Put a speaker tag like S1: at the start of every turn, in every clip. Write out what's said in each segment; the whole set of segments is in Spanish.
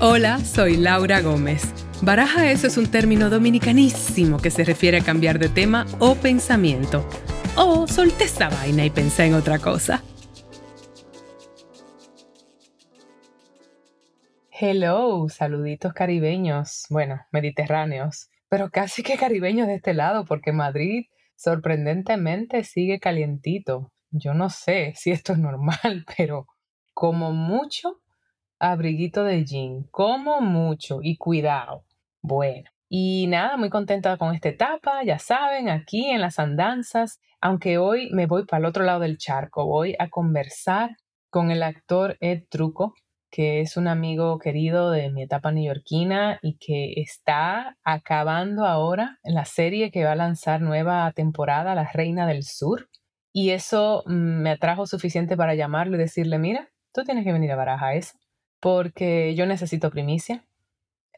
S1: Hola, soy Laura Gómez. Baraja eso es un término dominicanísimo que se refiere a cambiar de tema o pensamiento. O solté esa vaina y pensé en otra cosa.
S2: Hello, saluditos caribeños, bueno, mediterráneos, pero casi que caribeños de este lado porque Madrid sorprendentemente sigue calientito. Yo no sé si esto es normal, pero como mucho, abriguito de jean, como mucho y cuidado. Bueno, y nada, muy contenta con esta etapa, ya saben, aquí en las andanzas, aunque hoy me voy para el otro lado del charco, voy a conversar con el actor Ed Truco, que es un amigo querido de mi etapa neoyorquina y que está acabando ahora la serie que va a lanzar nueva temporada, La Reina del Sur. Y eso mm, me atrajo suficiente para llamarlo y decirle, mira, tú tienes que venir a Baraja eso, porque yo necesito primicia.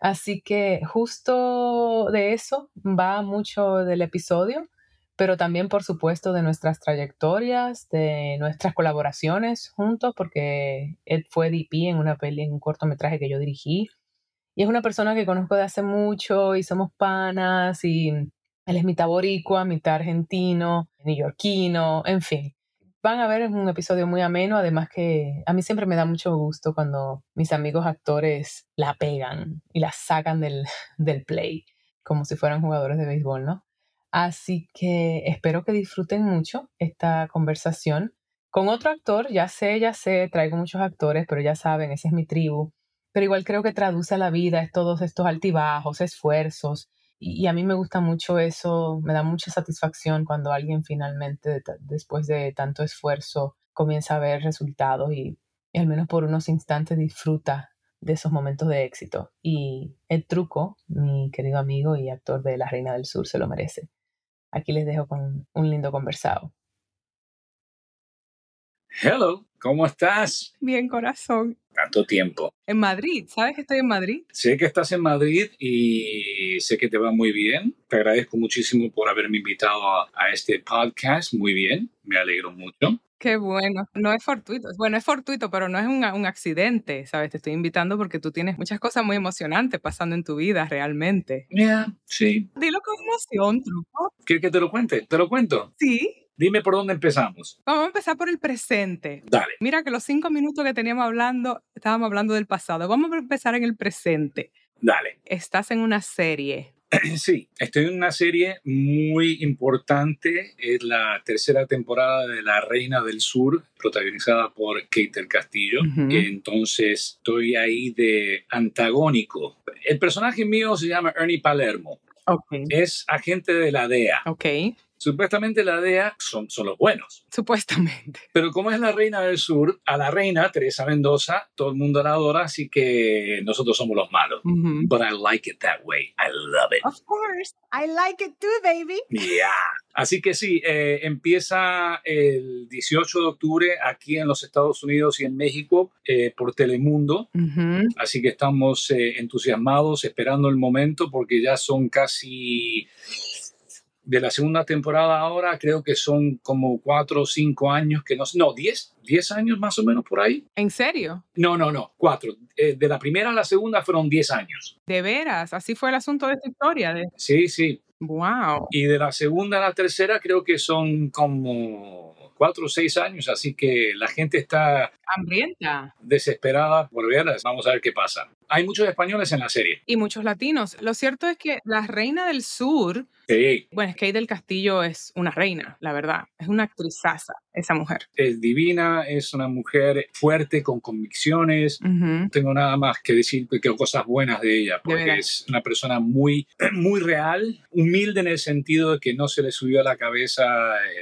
S2: Así que justo de eso va mucho del episodio, pero también por supuesto de nuestras trayectorias, de nuestras colaboraciones juntos, porque Ed fue DP en una peli, en un cortometraje que yo dirigí. Y es una persona que conozco de hace mucho y somos panas y él es mitad boricua, mitad argentino, neoyorquino, en fin. Van a ver es un episodio muy ameno, además que a mí siempre me da mucho gusto cuando mis amigos actores la pegan y la sacan del, del play, como si fueran jugadores de béisbol, ¿no? Así que espero que disfruten mucho esta conversación con otro actor. Ya sé, ya sé, traigo muchos actores, pero ya saben, esa es mi tribu. Pero igual creo que traduce a la vida es todos estos altibajos, esfuerzos. Y, y, a mí me gusta mucho eso, me da mucha satisfacción cuando alguien finalmente, después de tanto esfuerzo, comienza a ver resultados y, y al menos por unos instantes disfruta de esos momentos de éxito. Y el truco, mi querido amigo y actor de La Reina del Sur, se lo merece aquí les dejo con un lindo conversado.
S3: Hello, ¿cómo estás?
S1: Bien, corazón.
S3: Tanto tiempo.
S1: En Madrid, ¿sabes que estoy en Madrid?
S3: Sé que estás en Madrid y sé que te va muy bien. Te agradezco muchísimo por haberme invitado a, a este podcast. Muy bien, me alegro mucho.
S1: Qué bueno, no es fortuito. Bueno, es fortuito, pero no es un, un, accidente, ¿sabes? Te estoy invitando porque tú tienes muchas cosas muy emocionantes pasando en tu vida realmente.
S3: Yeah, sí.
S1: Dilo con emoción, truco.
S3: ¿Quieres que te lo cuente? ¿Te lo cuento?
S1: Sí.
S3: Dime por dónde empezamos.
S1: Vamos a empezar por el presente.
S3: Dale.
S1: Mira que los cinco minutos que teníamos hablando, estábamos hablando del pasado. Vamos a empezar en el presente.
S3: Dale.
S1: Estás en una serie.
S3: Sí, estoy en una serie muy importante. Es la tercera temporada de La Reina del Sur, protagonizada por Kate del Castillo. Uh -huh. Entonces, estoy ahí de antagónico. El personaje mío se llama Ernie Palermo.
S1: Okay.
S3: Es agente de la DEA.
S1: Okay.
S3: Supuestamente la DEA son, son los buenos.
S1: Supuestamente.
S3: Pero como es la reina del sur, a la reina Teresa Mendoza, todo el mundo la adora, así que nosotros somos los malos. Uh -huh. But I like it that way. I love it.
S4: Of course. I like it too, baby.
S3: Yeah. Así que sí, eh, empieza el 18 de octubre aquí en los Estados Unidos y en México eh, por Telemundo. Uh -huh. Así que estamos eh, entusiasmados, esperando el momento, porque ya son casi de la segunda temporada ahora, creo que son como cuatro o cinco años que no, no, diez, diez años más o menos por ahí.
S1: ¿En serio?
S3: No, no, no, cuatro. Eh, de la primera a la segunda fueron diez años.
S1: De veras, así fue el asunto de esta historia. De...
S3: Sí, sí.
S1: Wow.
S3: Y de la segunda a la tercera creo que son como cuatro o seis años, así que la gente está
S1: hambrienta,
S3: desesperada por verlas. Vamos a ver qué pasa. Hay muchos españoles en la serie.
S1: Y muchos latinos. Lo cierto es que la reina del sur,
S3: sí.
S1: bueno, Kate del Castillo es una reina, la verdad. Es una actrizaza, esa mujer.
S3: Es divina, es una mujer fuerte, con convicciones. Uh -huh. No tengo nada más que decir que cosas buenas de ella, porque de es una persona muy, muy real, humilde en el sentido de que no se le subió a la cabeza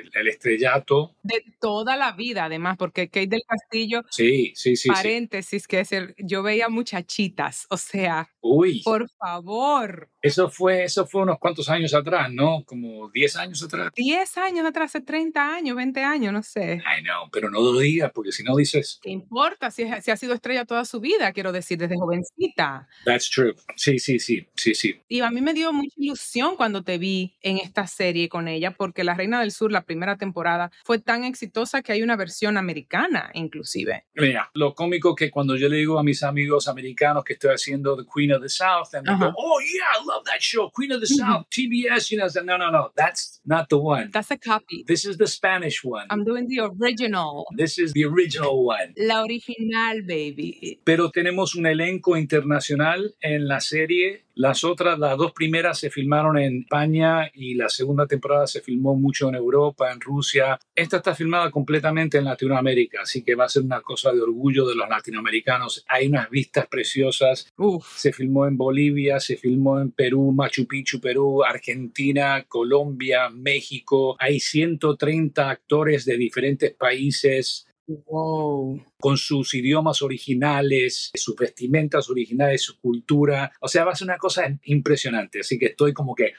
S3: el, el estrellato.
S1: De toda la vida, además, porque Kate del Castillo,
S3: sí, sí, sí,
S1: paréntesis, sí. que es el, yo veía muchachitas, o sea,
S3: Uy.
S1: por favor.
S3: Eso fue, eso fue unos cuantos años atrás, ¿no? Como 10 años atrás.
S1: 10 años atrás, hace 30 años, 20 años, no sé.
S3: Ay, no, pero no lo digas, porque si no dices...
S1: ¿Qué importa si, es- si ha sido estrella toda su vida, quiero decir, desde jovencita?
S3: That's true. Sí, sí, sí, sí, sí.
S1: Y a mí me dio mucha ilusión cuando te vi en esta serie con ella, porque La Reina del Sur, la primera temporada, fue tan exitosa que hay una versión americana, inclusive.
S3: Mira, lo cómico que cuando yo le digo a mis amigos americanos que estoy haciendo The Queen of the South, and they
S1: Ajá.
S3: go, oh yeah, I love that show, Queen of the
S1: Ujú.
S3: South, TBS, you know, I said, no, no, no, that's not the one.
S1: That's a copy.
S3: This is the Spanish one.
S1: I'm doing the original.
S3: This is the original one.
S1: La original, baby.
S3: Pero tenemos un elenco internacional en la serie. Las otras, las dos primeras se filmaron en España y la segunda temporada se filmó mucho en Europa, en Rusia. Esta está filmada completamente en Latinoamérica, así que va a ser una cosa de orgullo de los latinoamericanos. Hay unas vistas preciosas.
S1: Uf.
S3: Se filmó en Bolivia, se filmó en Perú, Machu Picchu, Perú, Argentina, Colombia, México. Hay 130 actores de diferentes países
S1: Wow.
S3: con sus idiomas originales, sus vestimentas originales, su cultura. O sea, va a ser una cosa impresionante. Así que estoy como que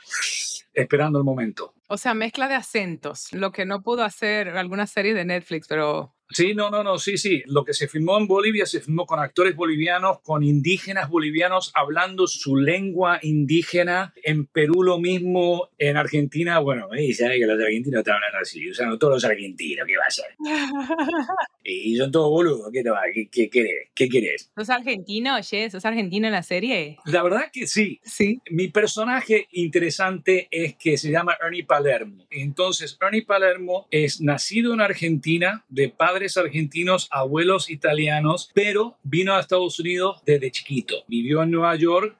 S3: esperando el momento.
S1: O sea, mezcla de acentos, lo que no pudo hacer alguna serie de Netflix, pero
S3: Sí, no, no, no, sí, sí. Lo que se filmó en Bolivia se filmó con actores bolivianos, con indígenas bolivianos hablando su lengua indígena. En Perú lo mismo, en Argentina, bueno, y sabe que los argentinos te hablan así, usan todos los argentinos, ¿qué va a ser? Y son todos boludos, ¿qué te va? ¿Qué, qué querés? ¿Qué querés?
S1: ¿sos argentina, oye? ¿Sos argentina en la serie?
S3: La verdad que sí,
S1: Sí.
S3: mi personaje interesante es que se llama Ernie Palermo. Entonces, Ernie Palermo es nacido en Argentina, de padres argentinos, abuelos italianos, pero vino a Estados Unidos desde chiquito. Vivió en Nueva York,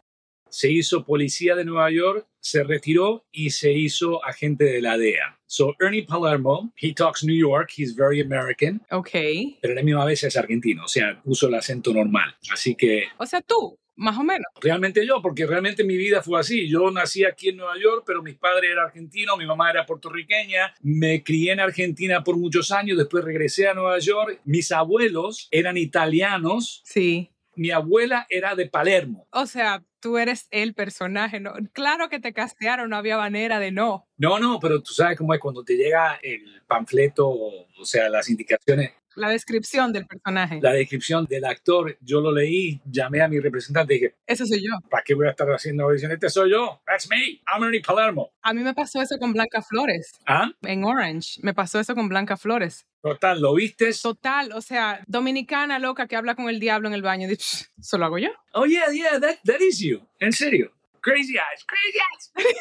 S3: se hizo policía de Nueva York, se retiró y se hizo agente de la DEA. So, Ernie Palermo, he talks New York, he's very American,
S1: Ok.
S3: pero a la misma vez es argentino, o sea, uso el acento normal. Así que
S1: O sea, tú, más o menos.
S3: realmente yo, porque realmente mi vida fue así. Yo nací aquí en Nueva York, pero mis padres eran argentinos, mi mamá era puertorriqueña, me crié en Argentina por muchos años, después regresé a Nueva York, mis abuelos eran italianos,
S1: Sí.
S3: mi abuela era de Palermo.
S1: O sea, tú eres el personaje. ¿no? Claro que te castearon, no había manera de no.
S3: No, no, pero tú sabes cómo es cuando te llega el panfleto, o sea, las indicaciones,
S1: La descripción del personaje.
S3: la descripción del actor, yo lo leí, llamé a mi representante y dije,
S1: Eso soy yo.
S3: ¿para qué voy a estar haciendo audiciones? Este soy yo, that's me, I'm Ernie Palermo.
S1: A mí me pasó eso con Blanca Flores
S3: ¿Ah?
S1: en Orange. Me pasó eso con Blanca Flores.
S3: Total, ¿lo viste?
S1: Total, o sea, dominicana loca que habla con el diablo en el baño. Dice, "Psh, Eso lo hago yo.
S3: Oh yeah, yeah, that that is you. En serio. Crazy eyes, crazy eyes.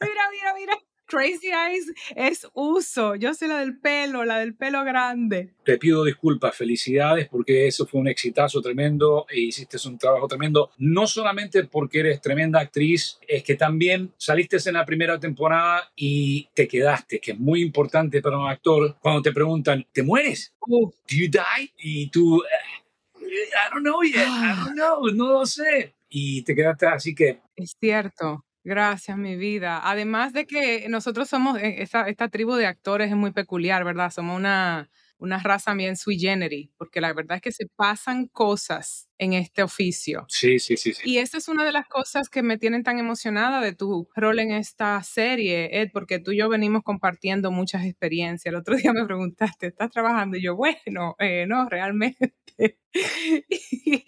S1: Mira, mira, mira. Crazy Eyes es uso. Yo soy la del pelo, la del pelo grande.
S3: Te pido disculpas, felicidades porque eso fue un exitazo tremendo e hiciste un trabajo tremendo. No solamente porque eres tremenda actriz, es que también saliste en la primera temporada y te quedaste, que es muy importante para un actor cuando te preguntan, ¿te mueres?
S1: Uh,
S3: ¿Do you die? Y tú, "Eh, I don't know yet, I don't know, no lo sé. Y te quedaste así que
S1: es cierto. Gracias, mi vida. Además de que nosotros somos, eh, esta, esta tribu de actores es muy peculiar, ¿verdad? Somos una, una raza bien sui generis, porque la verdad es que se pasan cosas en este oficio.
S3: sí, sí, sí, sí.
S1: Y esa es una de las cosas que me tienen tan emocionada de tu rol en esta serie, Ed, porque tú y yo venimos compartiendo muchas experiencias. El otro día me preguntaste, ¿estás trabajando? Y yo, bueno, eh, no, realmente. y,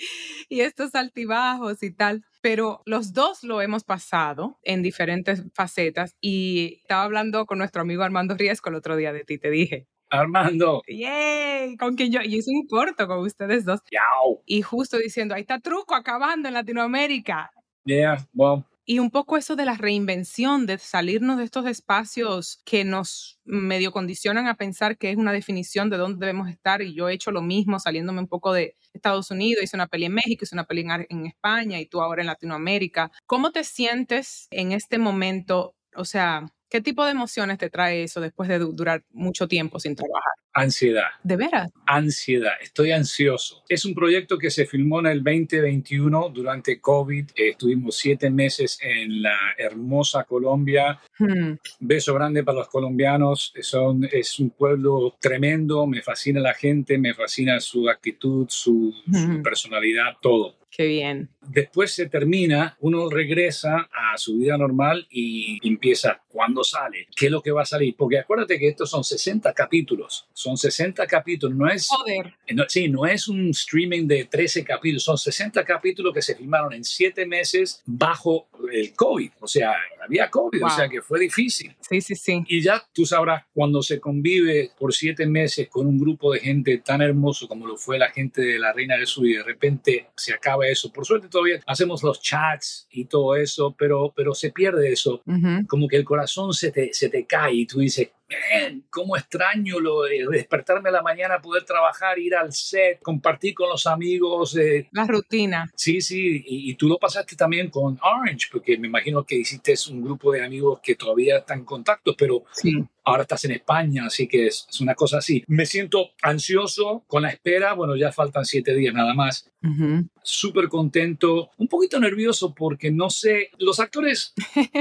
S1: y estos altibajos y tal. Pero los dos lo hemos pasado en diferentes facetas. Y estaba hablando con nuestro amigo Armando Riesco el otro día de ti, te dije,
S3: Armando,
S1: ¡yay! Con quien yo, y hice un corto con ustedes dos.
S3: yao.
S1: Y justo diciendo, ahí está truco acabando en Latinoamérica.
S3: Yeah, well,
S1: Y un poco eso de la reinvención, de salirnos de estos espacios que nos medio condicionan a pensar que es una definición de dónde debemos estar. Y yo he hecho lo mismo, saliéndome un poco de Estados Unidos, hice una peli en México, hice una peli en, Ar- en España y tú ahora en Latinoamérica. ¿Cómo te sientes en este momento? O sea, ¿qué tipo de emociones te trae eso después de du- durar mucho tiempo sin trabajar?
S3: ansiedad.
S1: ¿De veras?
S3: ansiedad, estoy ansioso. Es un proyecto que se filmó en el 2021 durante COVID. Eh, estuvimos siete meses en la hermosa Colombia.
S1: Hmm.
S3: Beso grande para los colombianos. Son, es un pueblo tremendo. Me fascina la gente, me fascina su actitud, su, su
S1: Ujú.
S3: personalidad, todo.
S1: Qué bien.
S3: Después se termina, uno regresa a su vida normal y empieza cuándo sale, qué es lo que va a salir. Porque acuérdate que estos son 60 capítulos, son 60 capítulos, no es...
S1: Joder.
S3: Eh, No, sí, no es un streaming de 13 capítulos, son 60 capítulos que se filmaron en 7 meses bajo el COVID. O sea, había COVID,
S1: Wow.
S3: o sea que fue difícil.
S1: Sí, sí, sí.
S3: Y ya tú sabrás, cuando se convive por siete meses con un grupo de gente tan hermoso como lo fue la gente de la Reina del Sur y de repente se acaba eso. Por suerte todavía hacemos los chats y todo eso, pero, pero se pierde eso.
S1: Ujú.
S3: Como que el corazón se te, se te cae y tú dices, man, cómo extraño lo, de despertarme a la mañana, poder trabajar, ir al set, compartir con los amigos, eh,
S1: La rutina.
S3: Sí, sí, y, y tú lo pasaste también con Orange, porque me imagino que hiciste un grupo de amigos que todavía están en contacto, pero
S1: Sí.
S3: ahora estás en España, así que es, es una cosa así. Me siento ansioso con la espera, bueno, ya faltan siete días nada más.
S1: Ujú.
S3: Súper contento, un poquito nervioso porque no sé, los actores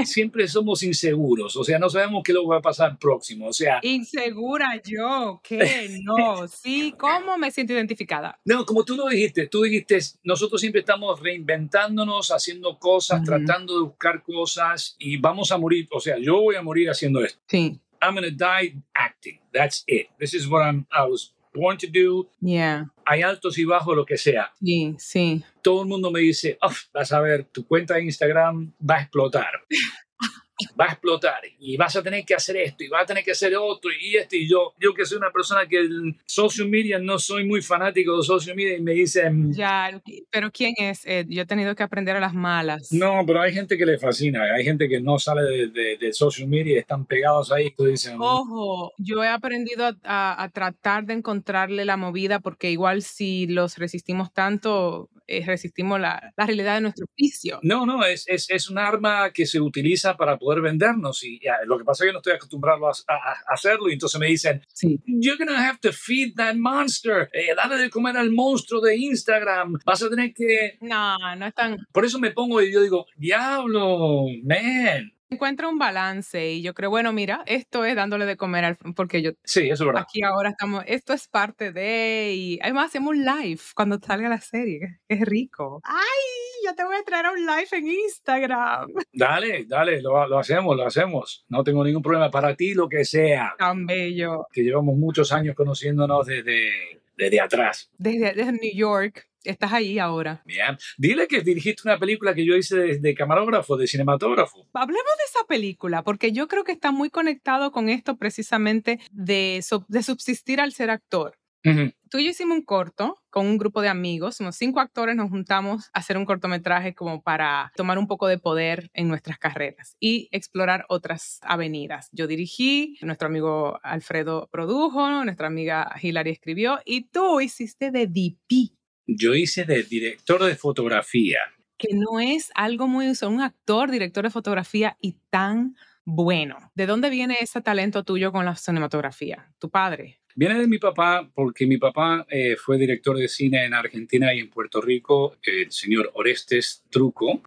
S3: siempre somos inseguros, o sea, no sabemos qué lo va a pasar próximo, o sea,
S1: Insegura yo, que no. Sí, ¿cómo me siento identificada?
S3: No, como tú lo dijiste, tú dijiste, nosotros siempre estamos reinventándonos, haciendo cosas,
S1: Ujú.
S3: tratando de buscar cosas y vamos a morir. O sea, yo voy a morir haciendo esto.
S1: Sí.
S3: I'm going to die acting. That's it. This is what I'm, I was born to do.
S1: Yeah.
S3: Hay altos y bajos, lo que sea.
S1: Sí, sí.
S3: Todo el mundo me dice, "Uf, vas a ver, tu cuenta de Instagram va a explotar. Va a explotar y vas a tener que hacer esto y vas a tener que hacer otro y esto. Y yo, yo que soy una persona que el social media no soy muy fanático de social media y me dicen,
S1: Ya, pero ¿quién es? Ed? Yo he tenido que aprender a las malas.
S3: No, pero hay gente que le fascina, hay gente que no sale de, de- de social media y están pegados ahí. Tú dices,
S1: Oh, Ojo, yo he aprendido a, a- a tratar de encontrarle la movida porque igual si los resistimos tanto, eh, resistimos la, la realidad de nuestro oficio.
S3: no, no, es, es, es un arma que se utiliza para poder vendernos. Y ah, lo que pasa es que no estoy acostumbrado a, a- a hacerlo. Y entonces me dicen,
S1: Sí.
S3: You're gonna have to feed that monster. Eh, dale de comer al monstruo de Instagram. Vas a tener que.
S1: No, no es tan...
S3: Por eso me pongo y yo digo, Diablo, man.
S1: Encuentra un balance y yo creo, bueno, mira, esto es dándole de comer al... Porque yo
S3: Sí, eso es
S4: Ah.
S3: verdad.
S1: aquí ahora estamos, esto es parte de... Y además hacemos un live cuando salga la serie. Es rico.
S4: Ay, yo te voy a traer a un live en Instagram.
S1: Ah.
S3: Dale, dale, lo, lo hacemos, lo hacemos. No tengo ningún problema. Para ti, lo que sea.
S1: Tan bello.
S3: que llevamos muchos años conociéndonos desde, desde atrás.
S1: Desde, desde New York, estás ahí ahora.
S3: Bien. Dile que dirigiste una película que yo hice de, de camarógrafo, de cinematógrafo.
S1: Hablemos de esa película, porque yo creo que está muy conectado con esto precisamente de, sub- de subsistir al ser actor. Tú y yo hicimos un corto con un grupo de amigos, somos cinco actores, nos juntamos a hacer un cortometraje como para tomar un poco de poder en nuestras carreras y explorar otras avenidas. Yo dirigí, nuestro amigo Alfredo produjo, nuestra amiga Hilary escribió y tú hiciste de DP,
S3: Yo hice de director de fotografía.
S1: que no es algo muy usual, un actor, director de fotografía y tan bueno. ¿De dónde viene ese talento tuyo con la cinematografía? ¿Tu padre?
S3: Viene de mi papá porque mi papá eh, fue director de cine en Argentina y en Puerto Rico, el señor Orestes Truco.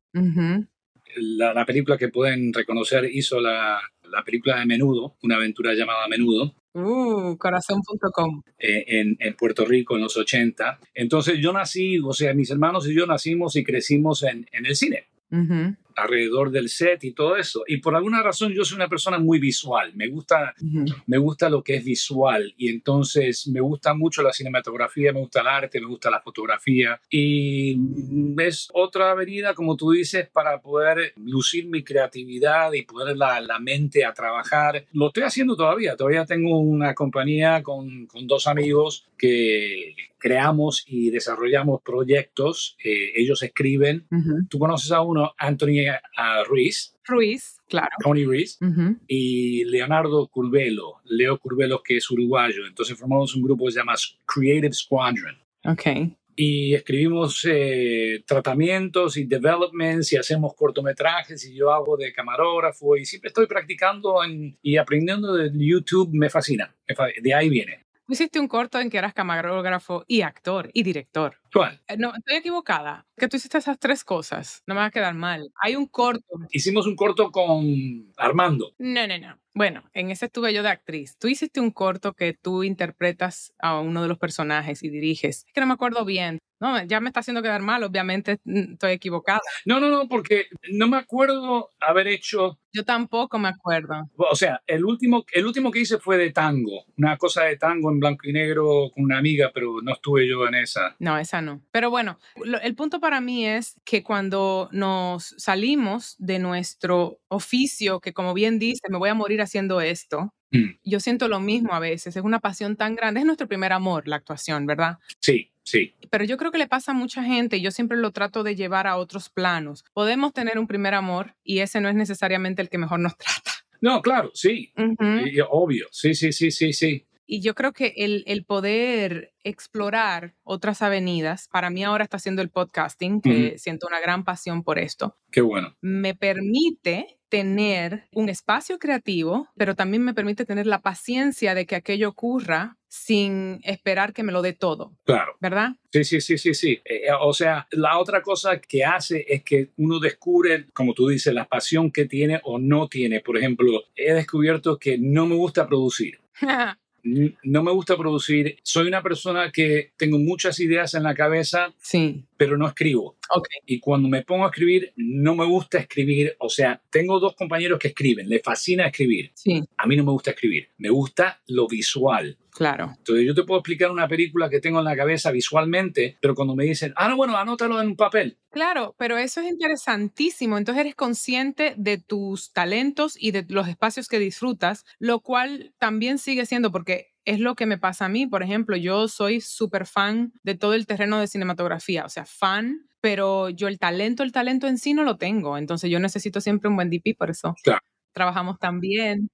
S3: La, la película que pueden reconocer hizo la, la película de Menudo, una aventura llamada Menudo.
S1: Uh, corazón.com.
S3: eh, en, en Puerto Rico en los 80. Entonces yo nací, o sea, mis hermanos y yo nacimos y crecimos en, en el cine,
S1: Ujú,
S3: alrededor del set y todo eso. Y por alguna razón yo soy una persona muy visual, me gusta,
S1: ujú.
S3: me gusta lo que es visual y entonces me gusta mucho la cinematografía, me gusta el arte, me gusta la fotografía y mm, es otra avenida, como tú dices, para poder lucir mi creatividad y poner la, la mente a trabajar. Lo estoy haciendo todavía, todavía tengo una compañía con, con dos amigos que creamos y desarrollamos proyectos, eh, ellos escriben. Tú conoces a uno, Anthony eh, a Ruiz,
S1: Ruiz, claro.
S3: Tony Ruiz
S1: Ujú.
S3: y Leonardo Curvelo, Leo Curvelo que es uruguayo. Entonces formamos un grupo que se llama Creative Squadron
S1: Ok.
S3: y escribimos eh, tratamientos y developments y hacemos cortometrajes y yo hago de camarógrafo y siempre estoy practicando en- y aprendiendo de YouTube, me fascina, Me fa- de ahí viene.
S1: Tú hiciste un corto en que eras camarógrafo y actor y director.
S3: ¿Cuál?
S1: Eh, No, estoy equivocada. Que tú hiciste esas tres cosas. No me va a quedar mal. Hay un corto.
S3: Hicimos un corto con Armando.
S1: No, no, no. Bueno, en ese estuve yo de actriz. Tú hiciste un corto que tú interpretas a uno de los personajes y diriges. Es que no me acuerdo bien. No, ya me está haciendo quedar mal. Obviamente mm, estoy equivocada.
S3: No, no, no, porque no me acuerdo haber hecho
S1: Yo tampoco me acuerdo.
S3: O sea, el último, el último que hice fue de tango, una cosa de tango en blanco y negro con una amiga, pero no estuve yo en esa.
S1: No, esa no. Pero bueno, lo- el punto para mí es que cuando nos salimos de nuestro oficio, que como bien dice, me voy a morir haciendo esto,
S3: Mm,
S1: yo siento lo mismo a veces. Es una pasión tan grande. Es nuestro primer amor, la actuación, ¿verdad?
S3: Sí, sí.
S1: pero yo creo que le pasa a mucha gente y yo siempre lo trato de llevar a otros planos. Podemos tener un primer amor y ese no es necesariamente el que mejor nos trata.
S3: No, claro, sí.
S2: Mm.
S3: Y- y obvio, sí, sí, sí, sí, sí.
S1: Y yo creo que el, el poder explorar otras avenidas, para mí ahora está haciendo el podcasting, que
S3: Ujú.
S1: siento una gran pasión por esto,
S3: Qué bueno.
S1: me permite tener un espacio creativo, pero también me permite tener la paciencia de que aquello ocurra sin esperar que me lo dé todo,
S3: Claro.
S1: ¿verdad?
S3: Sí, sí, sí, sí, sí. Eh, eh, o sea, la otra cosa que hace es que uno descubre, como tú dices, la pasión que tiene o no tiene. Por ejemplo, he descubierto que no me gusta producir. N- No me gusta producir. Soy una persona que tengo muchas ideas en la cabeza,
S1: sí,
S3: pero no escribo.
S1: ok.
S3: y cuando me pongo a escribir, no me gusta escribir. O sea, tengo dos compañeros que escriben, les fascina escribir.
S1: Sí,
S3: A mí no me gusta escribir, me gusta lo visual.
S1: claro.
S3: Entonces yo te puedo explicar una película que tengo en la cabeza visualmente, pero cuando me dicen, ah, no, bueno, anótalo en un papel.
S1: Claro, pero eso es interesantísimo. Entonces eres consciente de tus talentos y de los espacios que disfrutas, lo cual también sigue siendo porque es lo que me pasa a mí. Por ejemplo, yo soy súper fan de todo el terreno de cinematografía, o sea, fan, pero yo el talento, el talento en sí no lo tengo. Entonces yo necesito siempre un buen DP, por eso
S3: Claro.
S1: trabajamos tan bien.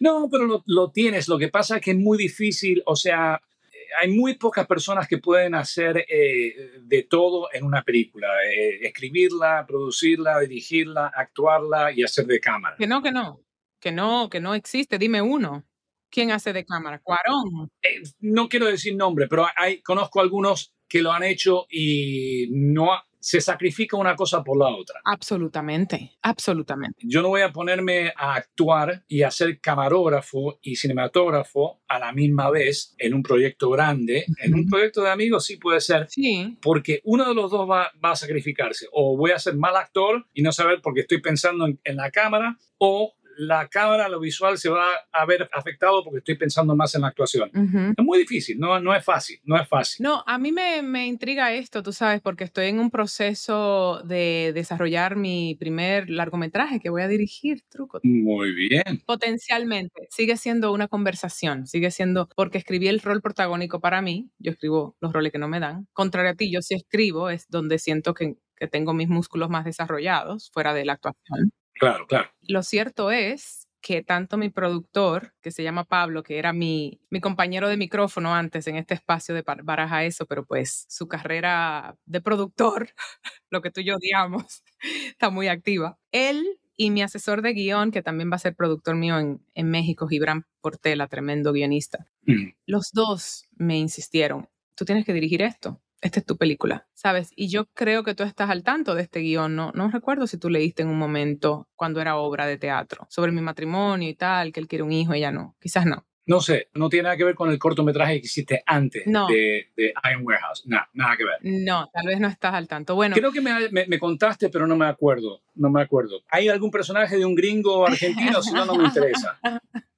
S3: No, pero lo, lo tienes. Lo que pasa es que es muy difícil, o sea, eh, hay muy pocas personas que pueden hacer eh, de todo en una película. Eh, escribirla, producirla, dirigirla, actuarla y hacer de cámara.
S1: Que no, que no, que no, que no existe. Dime uno. ¿Quién hace de cámara? Cuarón.
S3: eh, no quiero decir nombre, pero hay, conozco algunos que lo han hecho y no ha- se sacrifica una cosa por la otra.
S1: Absolutamente, absolutamente.
S3: Yo no voy a ponerme a actuar y a ser camarógrafo y cinematógrafo a la misma vez en un proyecto grande. En un
S1: Ujú.
S3: proyecto de amigos sí puede ser,
S1: Sí,
S3: porque uno de los dos va, va a sacrificarse. O voy a ser mal actor y no saber porque estoy pensando en, en la cámara, o la cámara, lo visual se va a ver afectado porque estoy pensando más en la actuación.
S1: ujú.
S3: Es muy difícil, no, no es fácil, no es fácil.
S1: No, a mí me, me intriga esto, tú sabes, porque estoy en un proceso de desarrollar mi primer largometraje que voy a dirigir, truco.
S3: Muy bien.
S1: Potencialmente, sigue siendo una conversación, sigue siendo, porque escribí el rol protagónico para mí, yo escribo los roles que no me dan, contrario a ti, yo sí escribo, es donde siento que, que tengo mis músculos más desarrollados fuera de la actuación.
S3: Claro, claro.
S1: Lo cierto es que tanto mi productor, que se llama Pablo, que era mi, mi compañero de micrófono antes en este espacio de par- Baraja Eso, pero pues su carrera de productor, lo que tú y yo odiamos, está muy activa. Él y mi asesor de guión, que también va a ser productor mío en, en México, Gibran Portela, tremendo guionista,
S3: Mm,
S1: los dos me insistieron, tú tienes que dirigir esto. Esta es tu película, ¿sabes? Y yo creo que tú estás al tanto de este guión, ¿no? No recuerdo si tú leíste en un momento cuando era obra de teatro sobre mi matrimonio y tal, que él quiere un hijo, ella no. Quizás no.
S3: No sé, no tiene nada que ver con el cortometraje que hiciste antes
S1: No.
S3: de, de Iron Warehouse. Nada, nada que ver.
S1: No, tal vez no estás al tanto. Bueno,
S3: Creo que me, me- me contaste, pero no me acuerdo. No me acuerdo. ¿Hay algún personaje de un gringo argentino? Si no, no me interesa.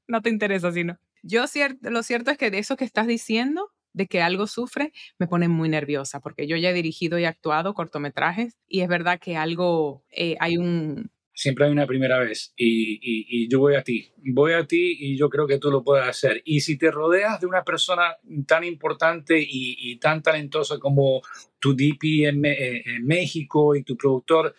S1: no te interesa, sino. Yo cier- lo cierto es que de eso que estás diciendo, de que algo sufre, me pone muy nerviosa, porque yo ya he dirigido y actuado cortometrajes y es verdad que algo, eh, hay un,
S3: Siempre hay una primera vez y, y- y yo voy a ti. Voy a ti y yo creo que tú lo puedes hacer. Y si te rodeas de una persona tan importante y, y tan talentosa como eh, tu DP en Me- en México y tu productor,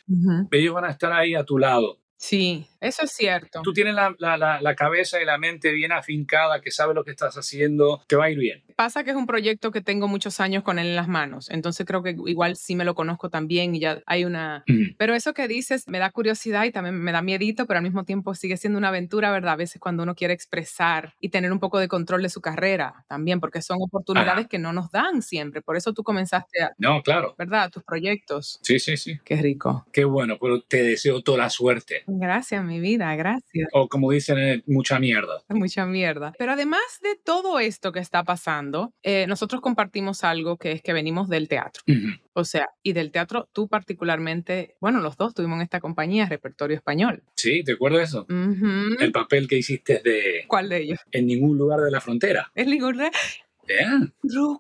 S3: ellos van a estar ahí a tu lado.
S2: Sí, eso es cierto.
S3: Tú tienes la, la, la, la cabeza y la mente bien afincada, que sabes lo que estás haciendo, te va a ir bien.
S2: Pasa que es un proyecto que tengo muchos años con él en las manos, entonces creo que igual sí me lo conozco también y ya hay una...
S3: Mm.
S2: Pero eso que dices me da curiosidad y también me da miedito, pero al mismo tiempo sigue siendo una aventura, ¿verdad? A veces cuando uno quiere expresar y tener un poco de control de su carrera también, porque son oportunidades
S3: Ajá.
S2: que no nos dan siempre. Por eso tú comenzaste, a-
S3: No, claro.
S2: ¿verdad? Tus proyectos.
S3: Sí, sí, sí.
S2: Qué rico.
S3: Qué bueno, pero te deseo toda la suerte.
S2: Gracias, mi vida, gracias.
S3: O como dicen, eh, mucha mierda.
S2: Mucha mierda. Pero además de todo esto que está pasando, eh, nosotros compartimos algo que es que venimos del teatro.
S3: Ujú.
S2: O sea, y del teatro tú particularmente, bueno, los dos tuvimos en esta compañía, Repertorio Español.
S3: Sí, ¿te acuerdas de eso?
S2: Ujú.
S3: El papel que hiciste de
S2: ¿Cuál de ellos?
S3: en ningún lugar de la frontera.
S2: Es ningún re-
S3: Bien.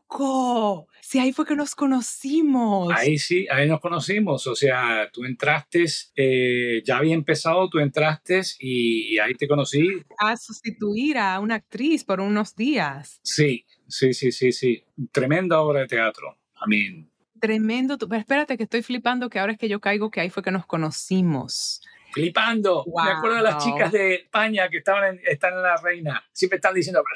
S2: ¡Ruco! Sí, ahí fue que nos conocimos.
S3: Ahí sí, ahí nos conocimos. O sea, tú entraste, eh, ya había empezado, tú entraste y, y ahí te conocí.
S2: A sustituir a una actriz por unos días.
S3: Sí, sí, sí, sí, sí. Tremenda obra de teatro. Amén.
S2: Tremendo. tu- Pero espérate, que estoy flipando que ahora es que yo caigo que ahí fue que nos conocimos.
S3: Flipando. Me acuerdo de las
S2: Wow.
S3: chicas de España que estaban en, están en la reina. Siempre están diciendo, pero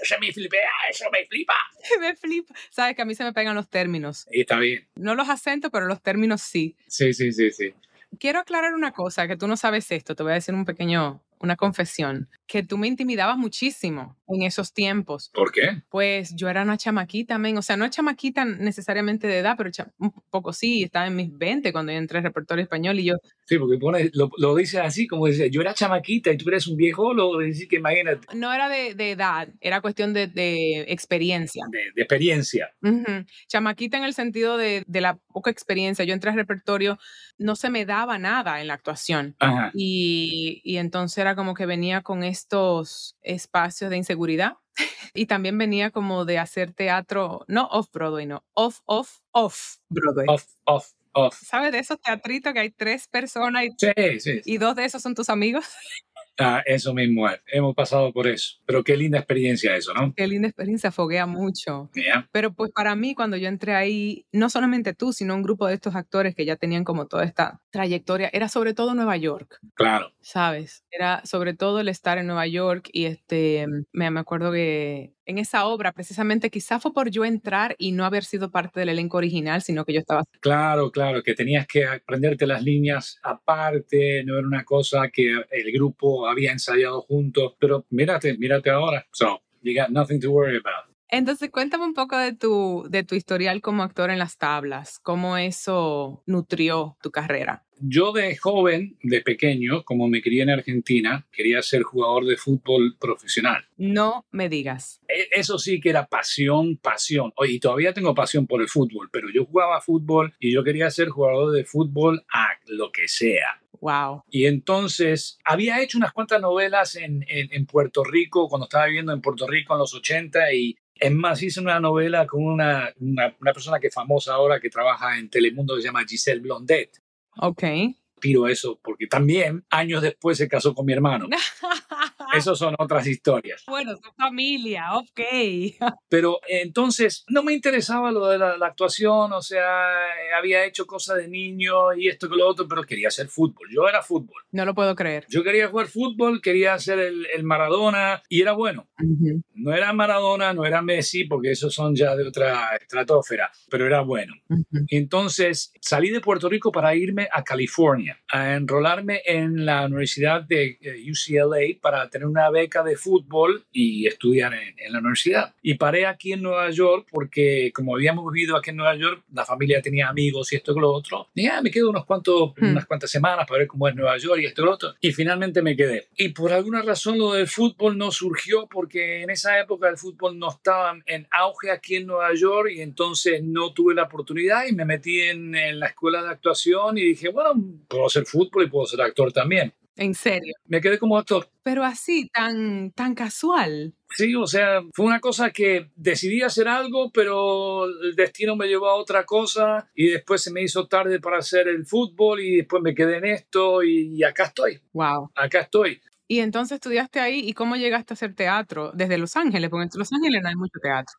S3: se, se me flipea, eso me flipa.
S2: me flipa. Sabes que a mí se me pegan los términos.
S3: Y está bien.
S2: No los acentos, pero los términos sí.
S3: Sí, sí, sí, sí.
S2: Quiero aclarar una cosa, que tú no sabes esto, te voy a decir un pequeño, una confesión, que tú me intimidabas muchísimo en esos tiempos,
S3: ¿Por qué?
S2: pues yo era una chamaquita, men, o sea, no chamaquita necesariamente de edad, pero cha- un poco sí, estaba en mis 20 cuando yo entré al repertorio español y yo,
S3: Sí, porque pones, lo, lo dices así, como dices, yo era chamaquita y tú eres un viejo, lo decís que imagínate,
S2: no era de, de edad, era cuestión de, de experiencia.
S3: de, de experiencia.
S2: Ujú. Chamaquita en el sentido de, de la poca experiencia, yo entré al repertorio, no se me daba nada en la actuación.
S3: Ajá.
S2: Y, y entonces era como que venía con estos espacios de inseguridad y también venía como de hacer teatro, no off-Broadway, no, off, off, off Broadway.
S3: Off, off, off.
S2: ¿Sabes de esos teatritos que hay tres personas y,
S3: Sí, sí.
S2: y dos de esos son tus amigos?
S3: Ah, eso mismo es. Hemos pasado por eso. Pero qué linda experiencia eso, ¿no?
S2: Qué linda experiencia, foguea mucho.
S3: Ya.
S2: Pero pues para mí cuando yo entré ahí, no solamente tú, sino un grupo de estos actores que ya tenían como toda esta trayectoria, era sobre todo Nueva York.
S3: Claro.
S2: ¿sabes? Era sobre todo el estar en Nueva York y este, me, me acuerdo que en esa obra, precisamente, quizá fue por yo entrar y no haber sido parte del elenco original, sino que yo estaba...
S3: Claro, claro, que tenías que aprenderte las líneas aparte, no era una cosa que el grupo había ensayado juntos, pero mírate, mírate ahora. So, you got nothing to worry about.
S2: Entonces, cuéntame un poco de tu, de tu historial como actor en las tablas, cómo eso nutrió tu carrera.
S3: Yo de joven, de pequeño, como me crié en Argentina, quería ser jugador de fútbol profesional.
S2: No me digas.
S3: E- Eso sí que era pasión, pasión. Oye, y todavía tengo pasión por el fútbol, pero yo jugaba fútbol y yo quería ser jugador de fútbol a lo que sea.
S2: Wow.
S3: Y entonces había hecho unas cuantas novelas en, en- en Puerto Rico, cuando estaba viviendo en Puerto Rico en los 80 y es más, hice una novela con una, una, una persona que es famosa ahora que trabaja en Telemundo que se llama Giselle Blondet.
S2: Ok.
S3: Piro eso porque también años después se casó con mi hermano. Esas son otras historias.
S2: bueno, su familia, ok.
S3: Pero entonces no me interesaba lo de la, la actuación, o sea, había hecho cosas de niño y esto que lo otro, pero quería hacer fútbol. Yo era fútbol.
S2: No lo puedo creer.
S3: Yo quería jugar fútbol, quería hacer el, el Maradona y era bueno.
S2: Ujú.
S3: No era Maradona, no era Messi, porque esos son ya de otra estratosfera, pero era bueno.
S2: Ujú.
S3: Entonces salí de Puerto Rico para irme a California, a enrolarme en la Universidad de eh, UCLA para tener una beca de fútbol y estudiar en, en la universidad. Y paré aquí en Nueva York porque como habíamos vivido aquí en Nueva York, la familia tenía amigos y esto y lo otro. Y ah, me quedo unos cuantos,
S2: Hmm.
S3: unas cuantas semanas para ver cómo es Nueva York y esto y lo otro. Y finalmente me quedé. Y por alguna razón lo del fútbol no surgió porque en esa época el fútbol no estaba en auge aquí en Nueva York y entonces no tuve la oportunidad y me metí en, en la escuela de actuación y dije, bueno, puedo hacer fútbol y puedo ser actor también.
S2: En serio.
S3: Me quedé como actor.
S2: Pero así, tan, tan casual.
S3: Sí, o sea, fue una cosa que decidí hacer algo, pero el destino me llevó a otra cosa y después se me hizo tarde para hacer el fútbol y después me quedé en esto y, y acá estoy,
S2: Wow.
S3: acá estoy.
S2: Y entonces estudiaste ahí y cómo llegaste a hacer teatro desde Los Ángeles, porque en Los Ángeles no hay mucho teatro.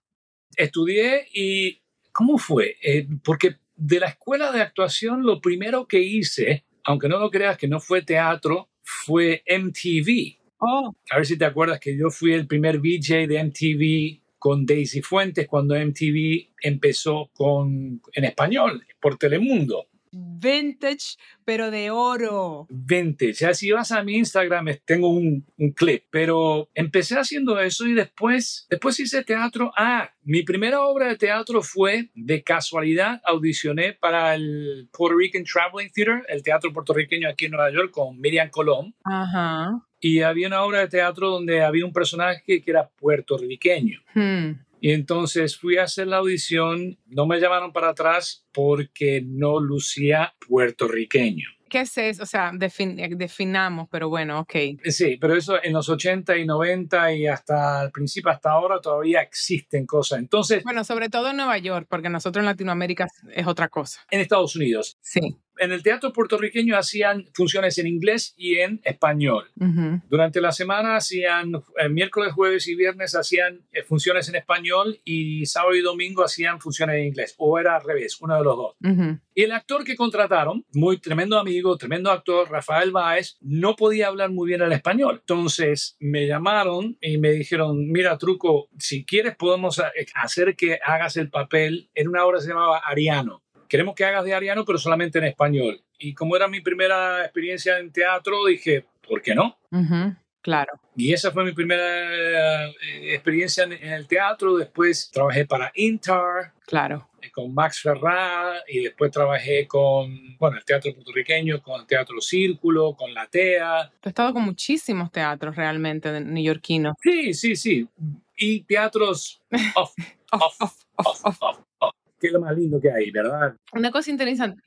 S3: Estudié y ¿cómo fue? Eh, porque de la escuela de actuación lo primero que hice aunque no lo creas que no fue teatro, fue MTV.
S4: Oh,
S3: A ver si te acuerdas que yo fui el primer VJ de MTV con Daisy Fuentes cuando MTV empezó con, en español, por Telemundo.
S4: vintage, pero de oro.
S3: 20. Ya si vas a mi Instagram, es- tengo un, un clip. Pero empecé haciendo eso y después, después hice teatro. Ah, mi primera obra de teatro fue, de casualidad, audicioné para el Puerto Rican Traveling Theater, el teatro puertorriqueño aquí en Nueva York, con Miriam Colón.
S1: Ajá.
S3: Y había una obra de teatro donde había un personaje que era puertorriqueño.
S1: Hmm.
S3: Y entonces fui a hacer la audición, no me llamaron para atrás porque no lucía puertorriqueño.
S1: ¿Qué es eso? O sea, defin- eh, definamos, pero bueno, ok.
S3: Eh, Sí, pero eso en los 80 y 90 y hasta el principio, hasta ahora, todavía existen cosas. Entonces,
S1: Bueno, sobre todo en Nueva York, porque nosotros en Latinoamérica es otra cosa.
S3: en Estados Unidos,
S1: Sí.
S3: en el teatro puertorriqueño hacían funciones en inglés y en español.
S1: Ujú.
S3: Durante la semana hacían, eh, miércoles, jueves y viernes hacían eh, funciones en español y sábado y domingo hacían funciones en inglés. O era al revés, uno de los dos.
S1: Ujú.
S3: Y el actor que contrataron, muy tremendo amigo, tremendo actor, Rafael Báez, no podía hablar muy bien el español. Entonces me llamaron y me dijeron, mira, truco, si quieres podemos ha- eh, hacer que hagas el papel. En una obra se llamaba Ariano. Queremos que hagas de Ariano, pero solamente en español. Y como era mi primera experiencia en teatro, dije, ¿por qué no?
S1: Ujú. Claro.
S3: Y esa fue mi primera eh, experiencia en- en el teatro. Después trabajé para Intar, eh,
S1: Claro.
S3: con Max Ferrá y después trabajé con bueno, el teatro puertorriqueño, con el teatro Círculo, con la TEA.
S1: Tú has estado con muchísimos teatros realmente de- neoyorquinos.
S3: Sí, sí, sí. Y teatros off,
S1: Of- of- of-
S3: off,
S1: of.
S3: off, off. Que es lo más lindo que hay, ¿verdad?
S1: Una cosa interesan-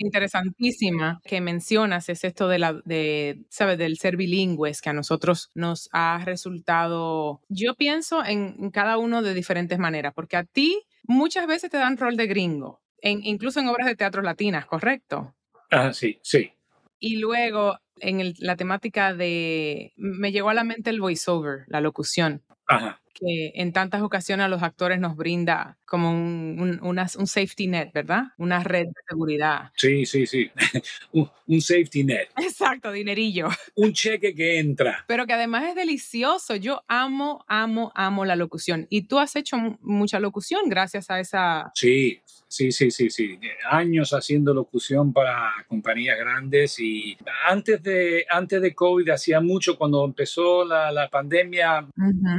S1: interesantísima que mencionas es esto de la, de, ¿sabes? del ser bilingües que a nosotros nos ha resultado, yo pienso en, en cada uno de diferentes maneras, porque a ti muchas veces te dan rol de gringo, en- incluso en obras de teatro latinas, ¿correcto?
S3: Ah, sí, sí.
S1: Y luego en el- la temática de, me llegó a la mente el voiceover, la locución
S3: Ajá.
S1: que en tantas ocasiones a los actores nos brinda como un, un- unas- un safety net, ¿verdad? Una red de seguridad.
S3: Sí, sí, sí. un, un safety net.
S1: Exacto, dinerillo.
S3: Un cheque que entra.
S1: Pero que además es delicioso. Yo amo, amo, amo la locución. Y tú has hecho mu- mucha locución gracias a esa...
S3: Sí, sí, sí, sí, sí. Años haciendo locución para compañías grandes y antes de, antes de COVID hacía mucho, cuando empezó la, la pandemia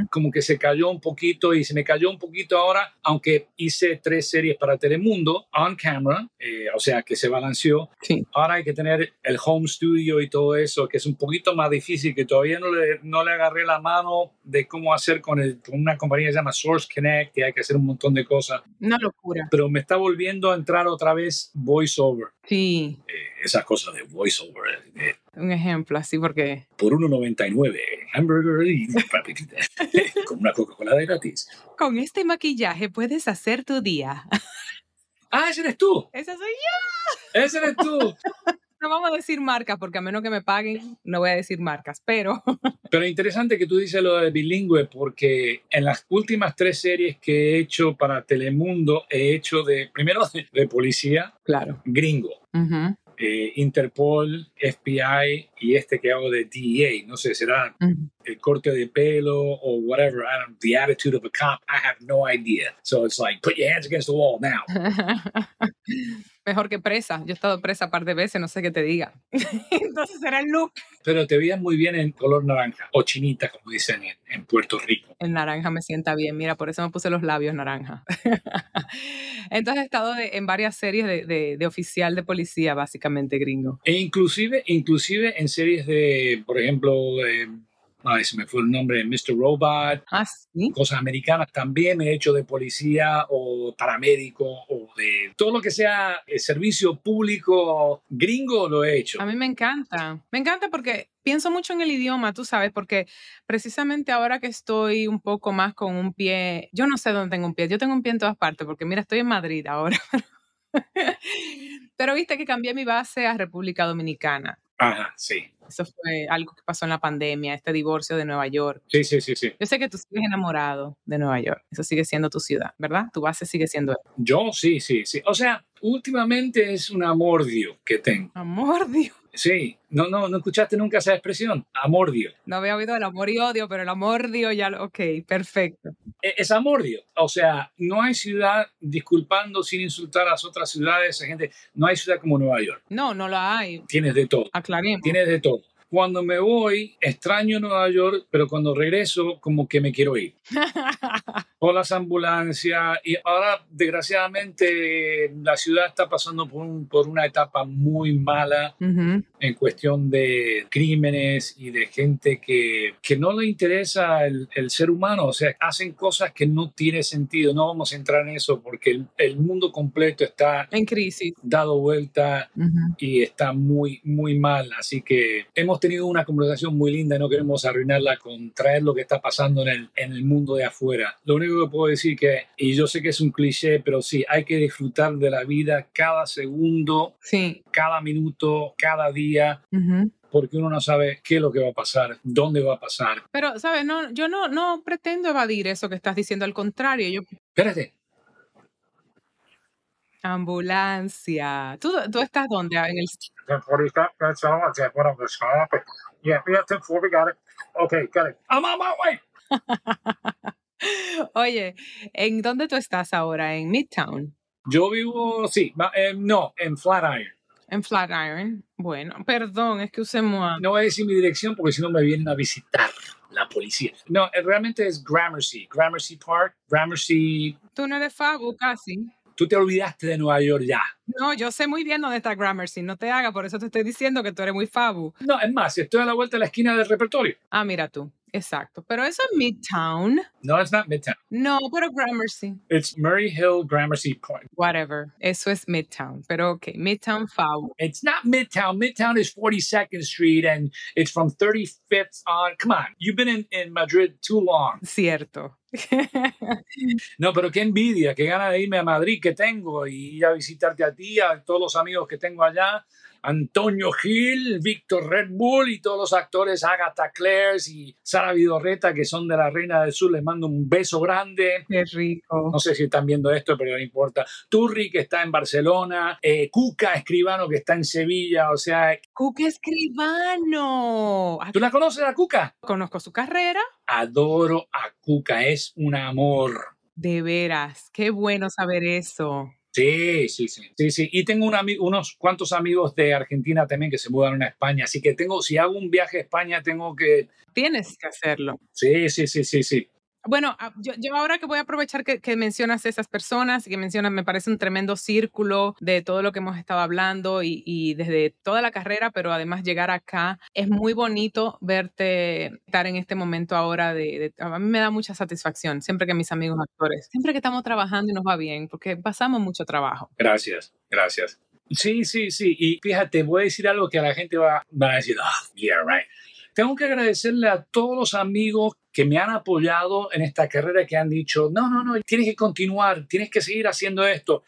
S3: como que se cayó un poquito y se me cayó un poquito ahora, aunque hice tres series para Telemundo on camera, eh, o sea que se balanceó.
S1: Sí.
S3: Ahora hay que tener el home studio y todo eso, que es un poquito más difícil, que todavía no le, no le agarré la mano de cómo hacer con, el, con una compañía que se llama Source Connect, que hay que hacer un montón de cosas,
S1: Una locura.
S3: pero me está volviendo a entrar otra vez voiceover,
S1: Sí,
S3: eh, esas cosas de voiceover, eh,
S1: un ejemplo así porque...
S3: por 1,99, hamburger y con una Coca-Cola de gratis.
S1: Con este maquillaje puedes hacer tu día.
S3: Ah, ese eres tú.
S1: Esa soy
S3: Ese eres tú.
S1: yo. No vamos a decir marcas porque a menos que me paguen no voy a decir marcas, pero...
S3: Pero interesante que tú dices lo de bilingüe, porque en las últimas tres series que he hecho para Telemundo, he hecho de, primero de, de policía
S1: Claro.
S3: gringo,
S1: Ujú,
S3: eh, Interpol, FBI y este que hago de DEA. No sé, será
S1: ujú.
S3: el eh, corte de pelo o whatever. I don't, the attitude of a cop, I have no idea. So it's like, put your hands against the wall now.
S1: Mejor que presa. Yo he estado presa un par de veces, no sé qué te diga.
S4: Entonces será el look.
S3: Pero te veías muy bien en color naranja o chinita, como dicen en- en Puerto Rico.
S1: El naranja me sienta bien. Mira, por eso me puse los labios naranja. Entonces he estado de- en varias series de, de- de oficial de policía, básicamente gringo.
S3: E inclusive, inclusive en series de, por ejemplo, eh, ay, se me fue el nombre, Mr. Robot,
S1: Ah, sí.
S3: cosas americanas también he hecho de policía o paramédico o de todo lo que sea eh, servicio público gringo lo he hecho.
S1: A mí me encanta. Me encanta porque pienso mucho en el idioma, tú sabes, porque precisamente ahora que estoy un poco más con un pie, yo no sé dónde tengo un pie, yo tengo un pie en todas partes, porque mira, estoy en Madrid ahora. Pero viste que cambié mi base a República Dominicana.
S3: Ajá, sí.
S1: Eso fue algo que pasó en la pandemia, este divorcio de Nueva York.
S3: Sí, sí, sí, sí.
S1: Yo sé que tú sigues enamorado de Nueva York. Eso sigue siendo tu ciudad, ¿verdad? Tu base sigue siendo
S3: Yo sí, sí, sí. O sea, últimamente es un amordio que tengo.
S1: Amor, Dios.
S3: Sí, no, no, no escuchaste nunca esa expresión, amordio.
S1: No había oído el amor y odio, pero el amordio ya, lo- ok, perfecto.
S3: E- Es amordio. O sea, no hay ciudad, disculpando sin insultar a las otras ciudades, hay gente, no hay ciudad como Nueva York.
S1: No, no la hay,
S3: Tienes de todo.
S1: aclaremos.
S3: Tienes de todo. Cuando me voy, extraño Nueva York, pero cuando regreso, como que me quiero ir. Por las ambulancias. Y ahora, desgraciadamente, la ciudad está pasando por, un- por una etapa muy mala
S1: Ujú.
S3: en cuestión de crímenes y de gente que, que no le interesa el, el ser humano. O sea, hacen cosas que no tiene sentido. No vamos a entrar en eso porque el, el mundo completo está
S1: En crisis.
S3: dado vuelta
S1: Ujú.
S3: y está muy, muy mal. Así que hemos tenido una conversación muy linda, no queremos arruinarla con traer lo que está pasando en el, en el mundo de afuera. Lo único que puedo decir que, y yo sé que es un cliché, pero sí, hay que disfrutar de la vida cada segundo,
S1: Sí.
S3: cada minuto, cada día,
S1: Ujú.
S3: porque uno no sabe qué es lo que va a pasar, dónde va a pasar.
S1: Pero, ¿sabes? No, yo no, no pretendo evadir eso que estás diciendo, al contrario, yo...
S3: Espérate,
S1: Ambulancia. ¿Tú, tú estás dónde? En el...
S3: I'm on my way.
S1: Oye, ¿en dónde tú estás ahora? ¿En Midtown?
S3: Yo vivo, sí, ma- eh, no, en Flatiron.
S1: ¿En Flatiron? Bueno, perdón, es que usé MOA.
S3: No voy a decir mi dirección porque si no me vienen a visitar la policía. No, eh, realmente es Gramercy, Gramercy Park, Gramercy.
S1: Tú no eres Fabu casi.
S3: Tú te olvidaste de Nueva York ya.
S1: No, yo sé muy bien dónde está Gramercy, no te haga, por eso te estoy diciendo que tú eres muy Fabu.
S3: No, es más, estoy a la vuelta de la esquina del repertorio.
S1: Ah, mira tú, exacto. Pero eso es Midtown.
S3: No, it's not Midtown.
S1: No, pero Gramercy.
S3: It's Murray Hill, Gramercy Park.
S1: Whatever, eso es Midtown. Pero ok, Midtown Fabu.
S3: It's not Midtown. Midtown is 42nd Street and it's from 35th on. Come on, you've been in, in Madrid too long.
S1: Cierto.
S3: No, pero qué envidia, qué ganas de irme a Madrid que tengo y ir a visitarte a ti, a todos los amigos que tengo allá. Antonio Gil, Víctor Red Bull y todos los actores Agatha Clares y Sara Vidorreta, que son de la Reina del Sur, les mando un beso grande.
S1: Qué rico.
S3: No sé si están viendo esto, pero no importa. Turri, que está en Barcelona. eh, Cuca, escribano, que está en Sevilla. O sea,
S1: Cook Escribano. Ah,
S3: ¿tú la conoces a Cuca?
S1: Conozco su carrera.
S3: Adoro a Cuca, es un amor.
S1: De veras, qué bueno saber eso.
S3: Sí, sí, sí, sí, sí. Y tengo un ami- unos cuantos amigos de Argentina también que se mudaron a España, así que tengo, si hago un viaje a España, tengo que...
S1: Tienes que hacerlo.
S3: Sí, sí, sí, sí, sí.
S1: Bueno, ah, yo, yo ahora que voy a aprovechar que, que mencionas esas personas y que mencionas, me parece un tremendo círculo de todo lo que hemos estado hablando y, y desde toda la carrera, pero además llegar acá. Es muy bonito verte estar en este momento ahora. De, de- a mí me da mucha satisfacción siempre que mis amigos actores, siempre que estamos trabajando y nos va bien, porque pasamos mucho trabajo.
S3: Gracias, gracias. Sí, sí, sí. Y fíjate, voy a decir algo que la gente va, va a decir, ah, yeah, right. Tengo que agradecerle a todos los amigos que me han apoyado en esta carrera, que han dicho, no, no, no, tienes que continuar, tienes que seguir haciendo esto.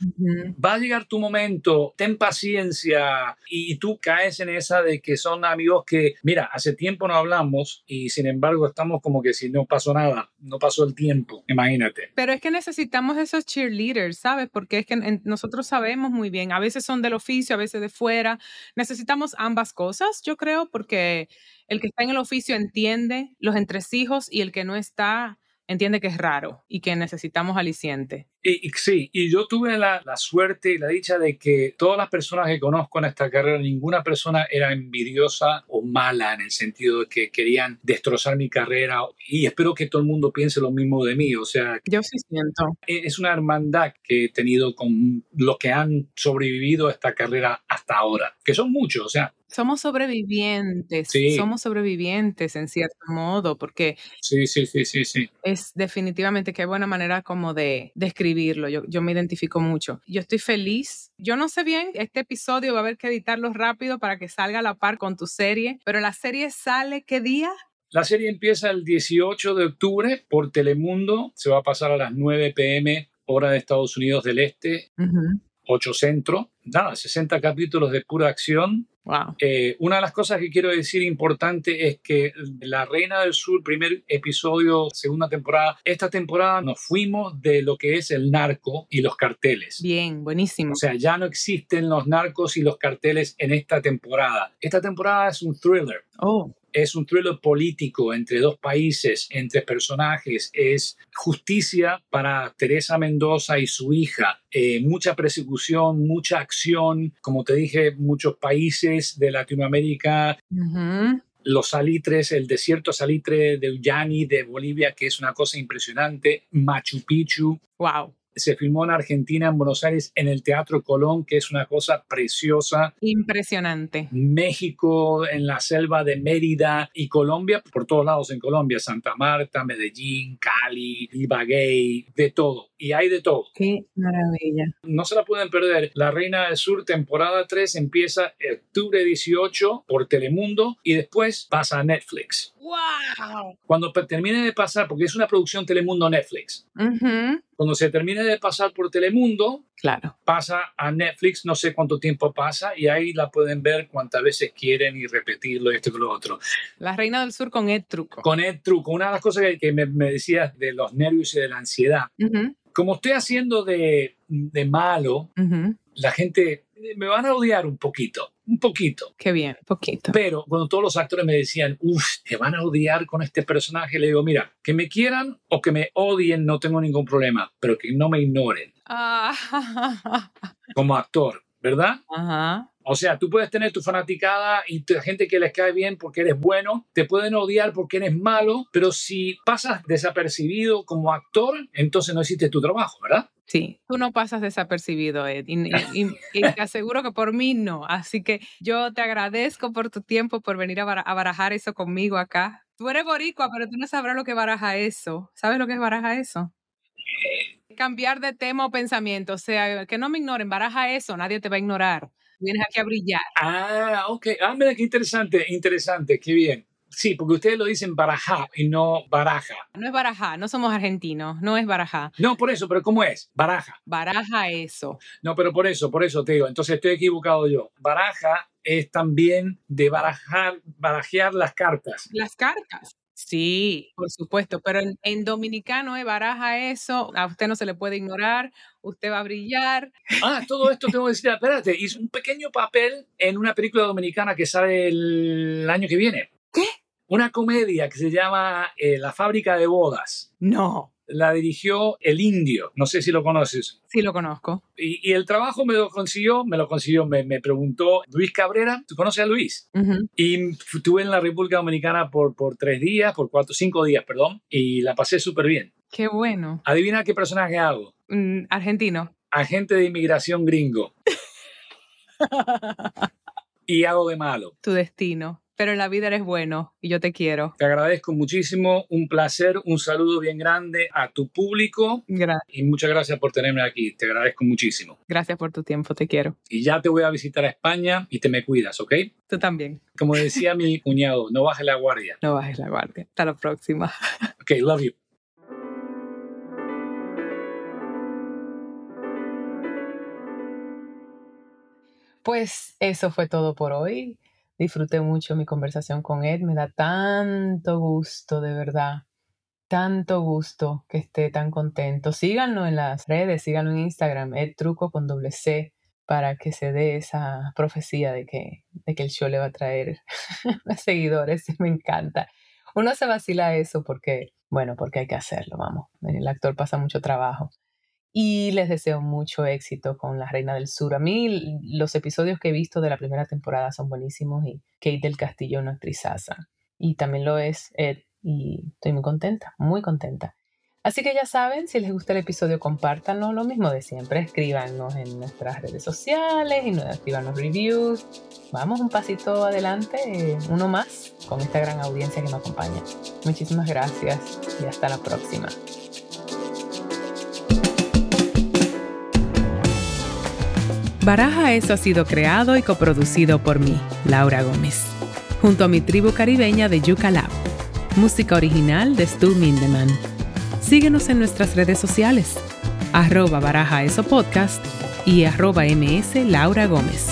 S3: Va a llegar tu momento, ten paciencia y tú caes en esa de que son amigos que, mira, hace tiempo no hablamos y sin embargo estamos como que si no pasó nada, no pasó el tiempo, imagínate.
S1: Pero es que necesitamos esos cheerleaders, ¿sabes? Porque es que en- nosotros sabemos muy bien, a veces son del oficio, a veces de fuera. Necesitamos ambas cosas, yo creo, porque el que está en el oficio entiende los entresijos y el que no está entiende que es raro y que necesitamos aliciente.
S3: Y, y sí, y yo tuve la, la suerte y la dicha de que todas las personas que conozco en esta carrera, ninguna persona era envidiosa o mala en el sentido de que querían destrozar mi carrera y espero que todo el mundo piense lo mismo de mí, o sea,
S1: Yo sí siento.
S3: e- es una hermandad que he tenido con los que han sobrevivido a esta carrera hasta ahora, que son muchos, o sea,
S1: Somos sobrevivientes,
S3: Sí.
S1: somos sobrevivientes en cierto modo, porque
S3: sí, sí, sí, sí, sí.
S1: Es definitivamente qué buena manera como de describirlo. Yo, yo me identifico mucho. Yo estoy feliz. Yo no sé bien, este episodio va a haber que editarlo rápido para que salga a la par con tu serie, pero la serie sale qué día?
S3: La serie empieza el 18 de octubre por Telemundo, se va a pasar a las 9 pm hora de Estados Unidos del Este, 8 centro, nada, 60 capítulos de pura acción.
S1: Wow.
S3: Eh, una de las cosas que quiero decir importante es que La Reina del Sur, primer episodio, segunda temporada, esta temporada nos fuimos de lo que es el narco y los carteles.
S1: Bien, buenísimo.
S3: O sea, ya no existen los narcos y los carteles en esta temporada. Esta temporada es un thriller.
S1: Oh,
S3: Es un thriller político entre dos países, entre personajes. Es justicia para Teresa Mendoza y su hija. Eh, mucha persecución, mucha acción. Como te dije, muchos países de Latinoamérica
S1: ujú.
S3: los salitres, el desierto salitre de Ullani, de Bolivia, que es una cosa impresionante, Machu Picchu.
S1: wow.
S3: Se filmó en Argentina, en Buenos Aires, en el Teatro Colón, que es una cosa preciosa.
S1: Impresionante.
S3: México, en la selva de Mérida y Colombia, por todos lados en Colombia, Santa Marta, Medellín, Cali, Ibagué, de todo. Y hay de todo.
S1: Qué maravilla.
S3: No se la pueden perder. La Reina del Sur, temporada 3, empieza octubre 18 por Telemundo y después pasa a Netflix.
S4: ¡Wow!
S3: Cuando pe- termine de pasar, porque es una producción Telemundo Netflix,
S1: Ujú.
S3: cuando se termine de pasar por Telemundo,
S1: Claro.
S3: pasa a Netflix, no sé cuánto tiempo pasa, y ahí la pueden ver cuantas veces quieren y repetirlo, esto y lo otro.
S1: La Reina del Sur con el truco.
S3: Con el truco, una de las cosas que, que me, me decías de los nervios y de la ansiedad,
S1: Ujú,
S3: como estoy haciendo de, de malo,
S1: ujú.
S3: la gente eh, me van a odiar un poquito, un poquito.
S1: Qué bien, poquito.
S3: Pero cuando todos los actores me decían, uff, te van a odiar con este personaje, le digo, mira, que me quieran o que me odien, no tengo ningún problema, pero que no me ignoren
S1: Ah,
S3: como actor, ¿verdad?
S1: Ajá.
S3: O sea, tú puedes tener tu fanaticada y tu gente que les cae bien porque eres bueno, te pueden odiar porque eres malo, pero si pasas desapercibido como actor, entonces no hiciste tu trabajo, ¿verdad?
S1: Sí, tú no pasas desapercibido, Ed, y, y- y- y te aseguro que por mí no. Así que yo te agradezco por tu tiempo, por venir a, bara- a barajar eso conmigo acá. Tú eres boricua, pero tú no sabrás lo que baraja eso. ¿Sabes lo que es baraja eso? Cambiar de tema o pensamiento. O sea, que no me ignoren, baraja eso, nadie te va a ignorar. Vienes aquí a brillar.
S3: Ah, ok. Ah, mira, qué interesante, interesante, qué bien. Sí, porque ustedes lo dicen baraja y no baraja.
S1: No es baraja, no somos argentinos, no es baraja.
S3: No, por eso, pero ¿cómo es? Baraja.
S1: Baraja eso.
S3: No, pero por eso, por eso te digo. Entonces estoy equivocado yo. Baraja es también de barajar, barajear las cartas.
S1: Las cartas. Sí, por supuesto, pero en, en dominicano es baraja eso, a usted no se le puede ignorar, usted va a brillar.
S3: Ah, todo esto tengo que decir, espérate, hice un pequeño papel en una película dominicana que sale el año que viene.
S1: ¿Qué?
S3: Una comedia que se llama eh, La fábrica de bodas.
S1: No,
S3: La dirigió El Indio, no sé si lo conoces.
S1: sí lo conozco.
S3: Y, y el trabajo me lo consiguió, me lo consiguió, me, me preguntó Luis Cabrera, ¿tú conoces a Luis?
S1: Ujú.
S3: Y estuve en la República Dominicana por, por tres días, por cuatro, cinco días, perdón, y la pasé súper bien.
S1: Qué bueno.
S3: Adivina qué personaje hago.
S1: Mm, argentino.
S3: Agente de inmigración gringo. y hago de malo.
S1: Tu destino, pero en la vida eres bueno y yo te quiero.
S3: Te agradezco muchísimo, un placer, un saludo bien grande a tu público
S1: Gra-
S3: y muchas gracias por tenerme aquí. Te agradezco muchísimo.
S1: gracias por tu tiempo, te quiero.
S3: Y ya te voy a visitar a España y te me cuidas, ¿ok?
S1: Tú también.
S3: Como decía mi cuñado, no bajes la guardia.
S1: No bajes la guardia. Hasta la próxima.
S3: Ok, love you.
S2: Pues eso fue todo por hoy. Disfruté mucho mi conversación con Ed. Me da tanto gusto, de verdad. Tanto gusto que esté tan contento. Síganlo en las redes, síganlo en Instagram, Ed Truco con doble C, para que se dé esa profecía de que, de que el show le va a traer más seguidores. Me encanta. Uno se vacila eso porque, bueno, porque hay que hacerlo, vamos. El actor pasa mucho trabajo y les deseo mucho éxito con La Reina del Sur. A mí l- los episodios que he visto de la primera temporada son buenísimos y Kate del Castillo es una actrizaza y también lo es Ed y estoy muy contenta, muy contenta. Así que ya saben, si les gusta el episodio, compártanlo, lo mismo de siempre, escríbanos en nuestras redes sociales y nos escriban los reviews. Vamos un pasito adelante, eh, uno más, con esta gran audiencia que nos acompaña. Muchísimas gracias y hasta la próxima.
S5: Baraja Eso ha sido creado y coproducido por mí, Laura Gómez, junto a mi tribu caribeña de Yuca Lab. Música original de Stu Mindeman. Síguenos en nuestras redes sociales, arroba Baraja Eso Podcast y arroba MS Laura Gómez.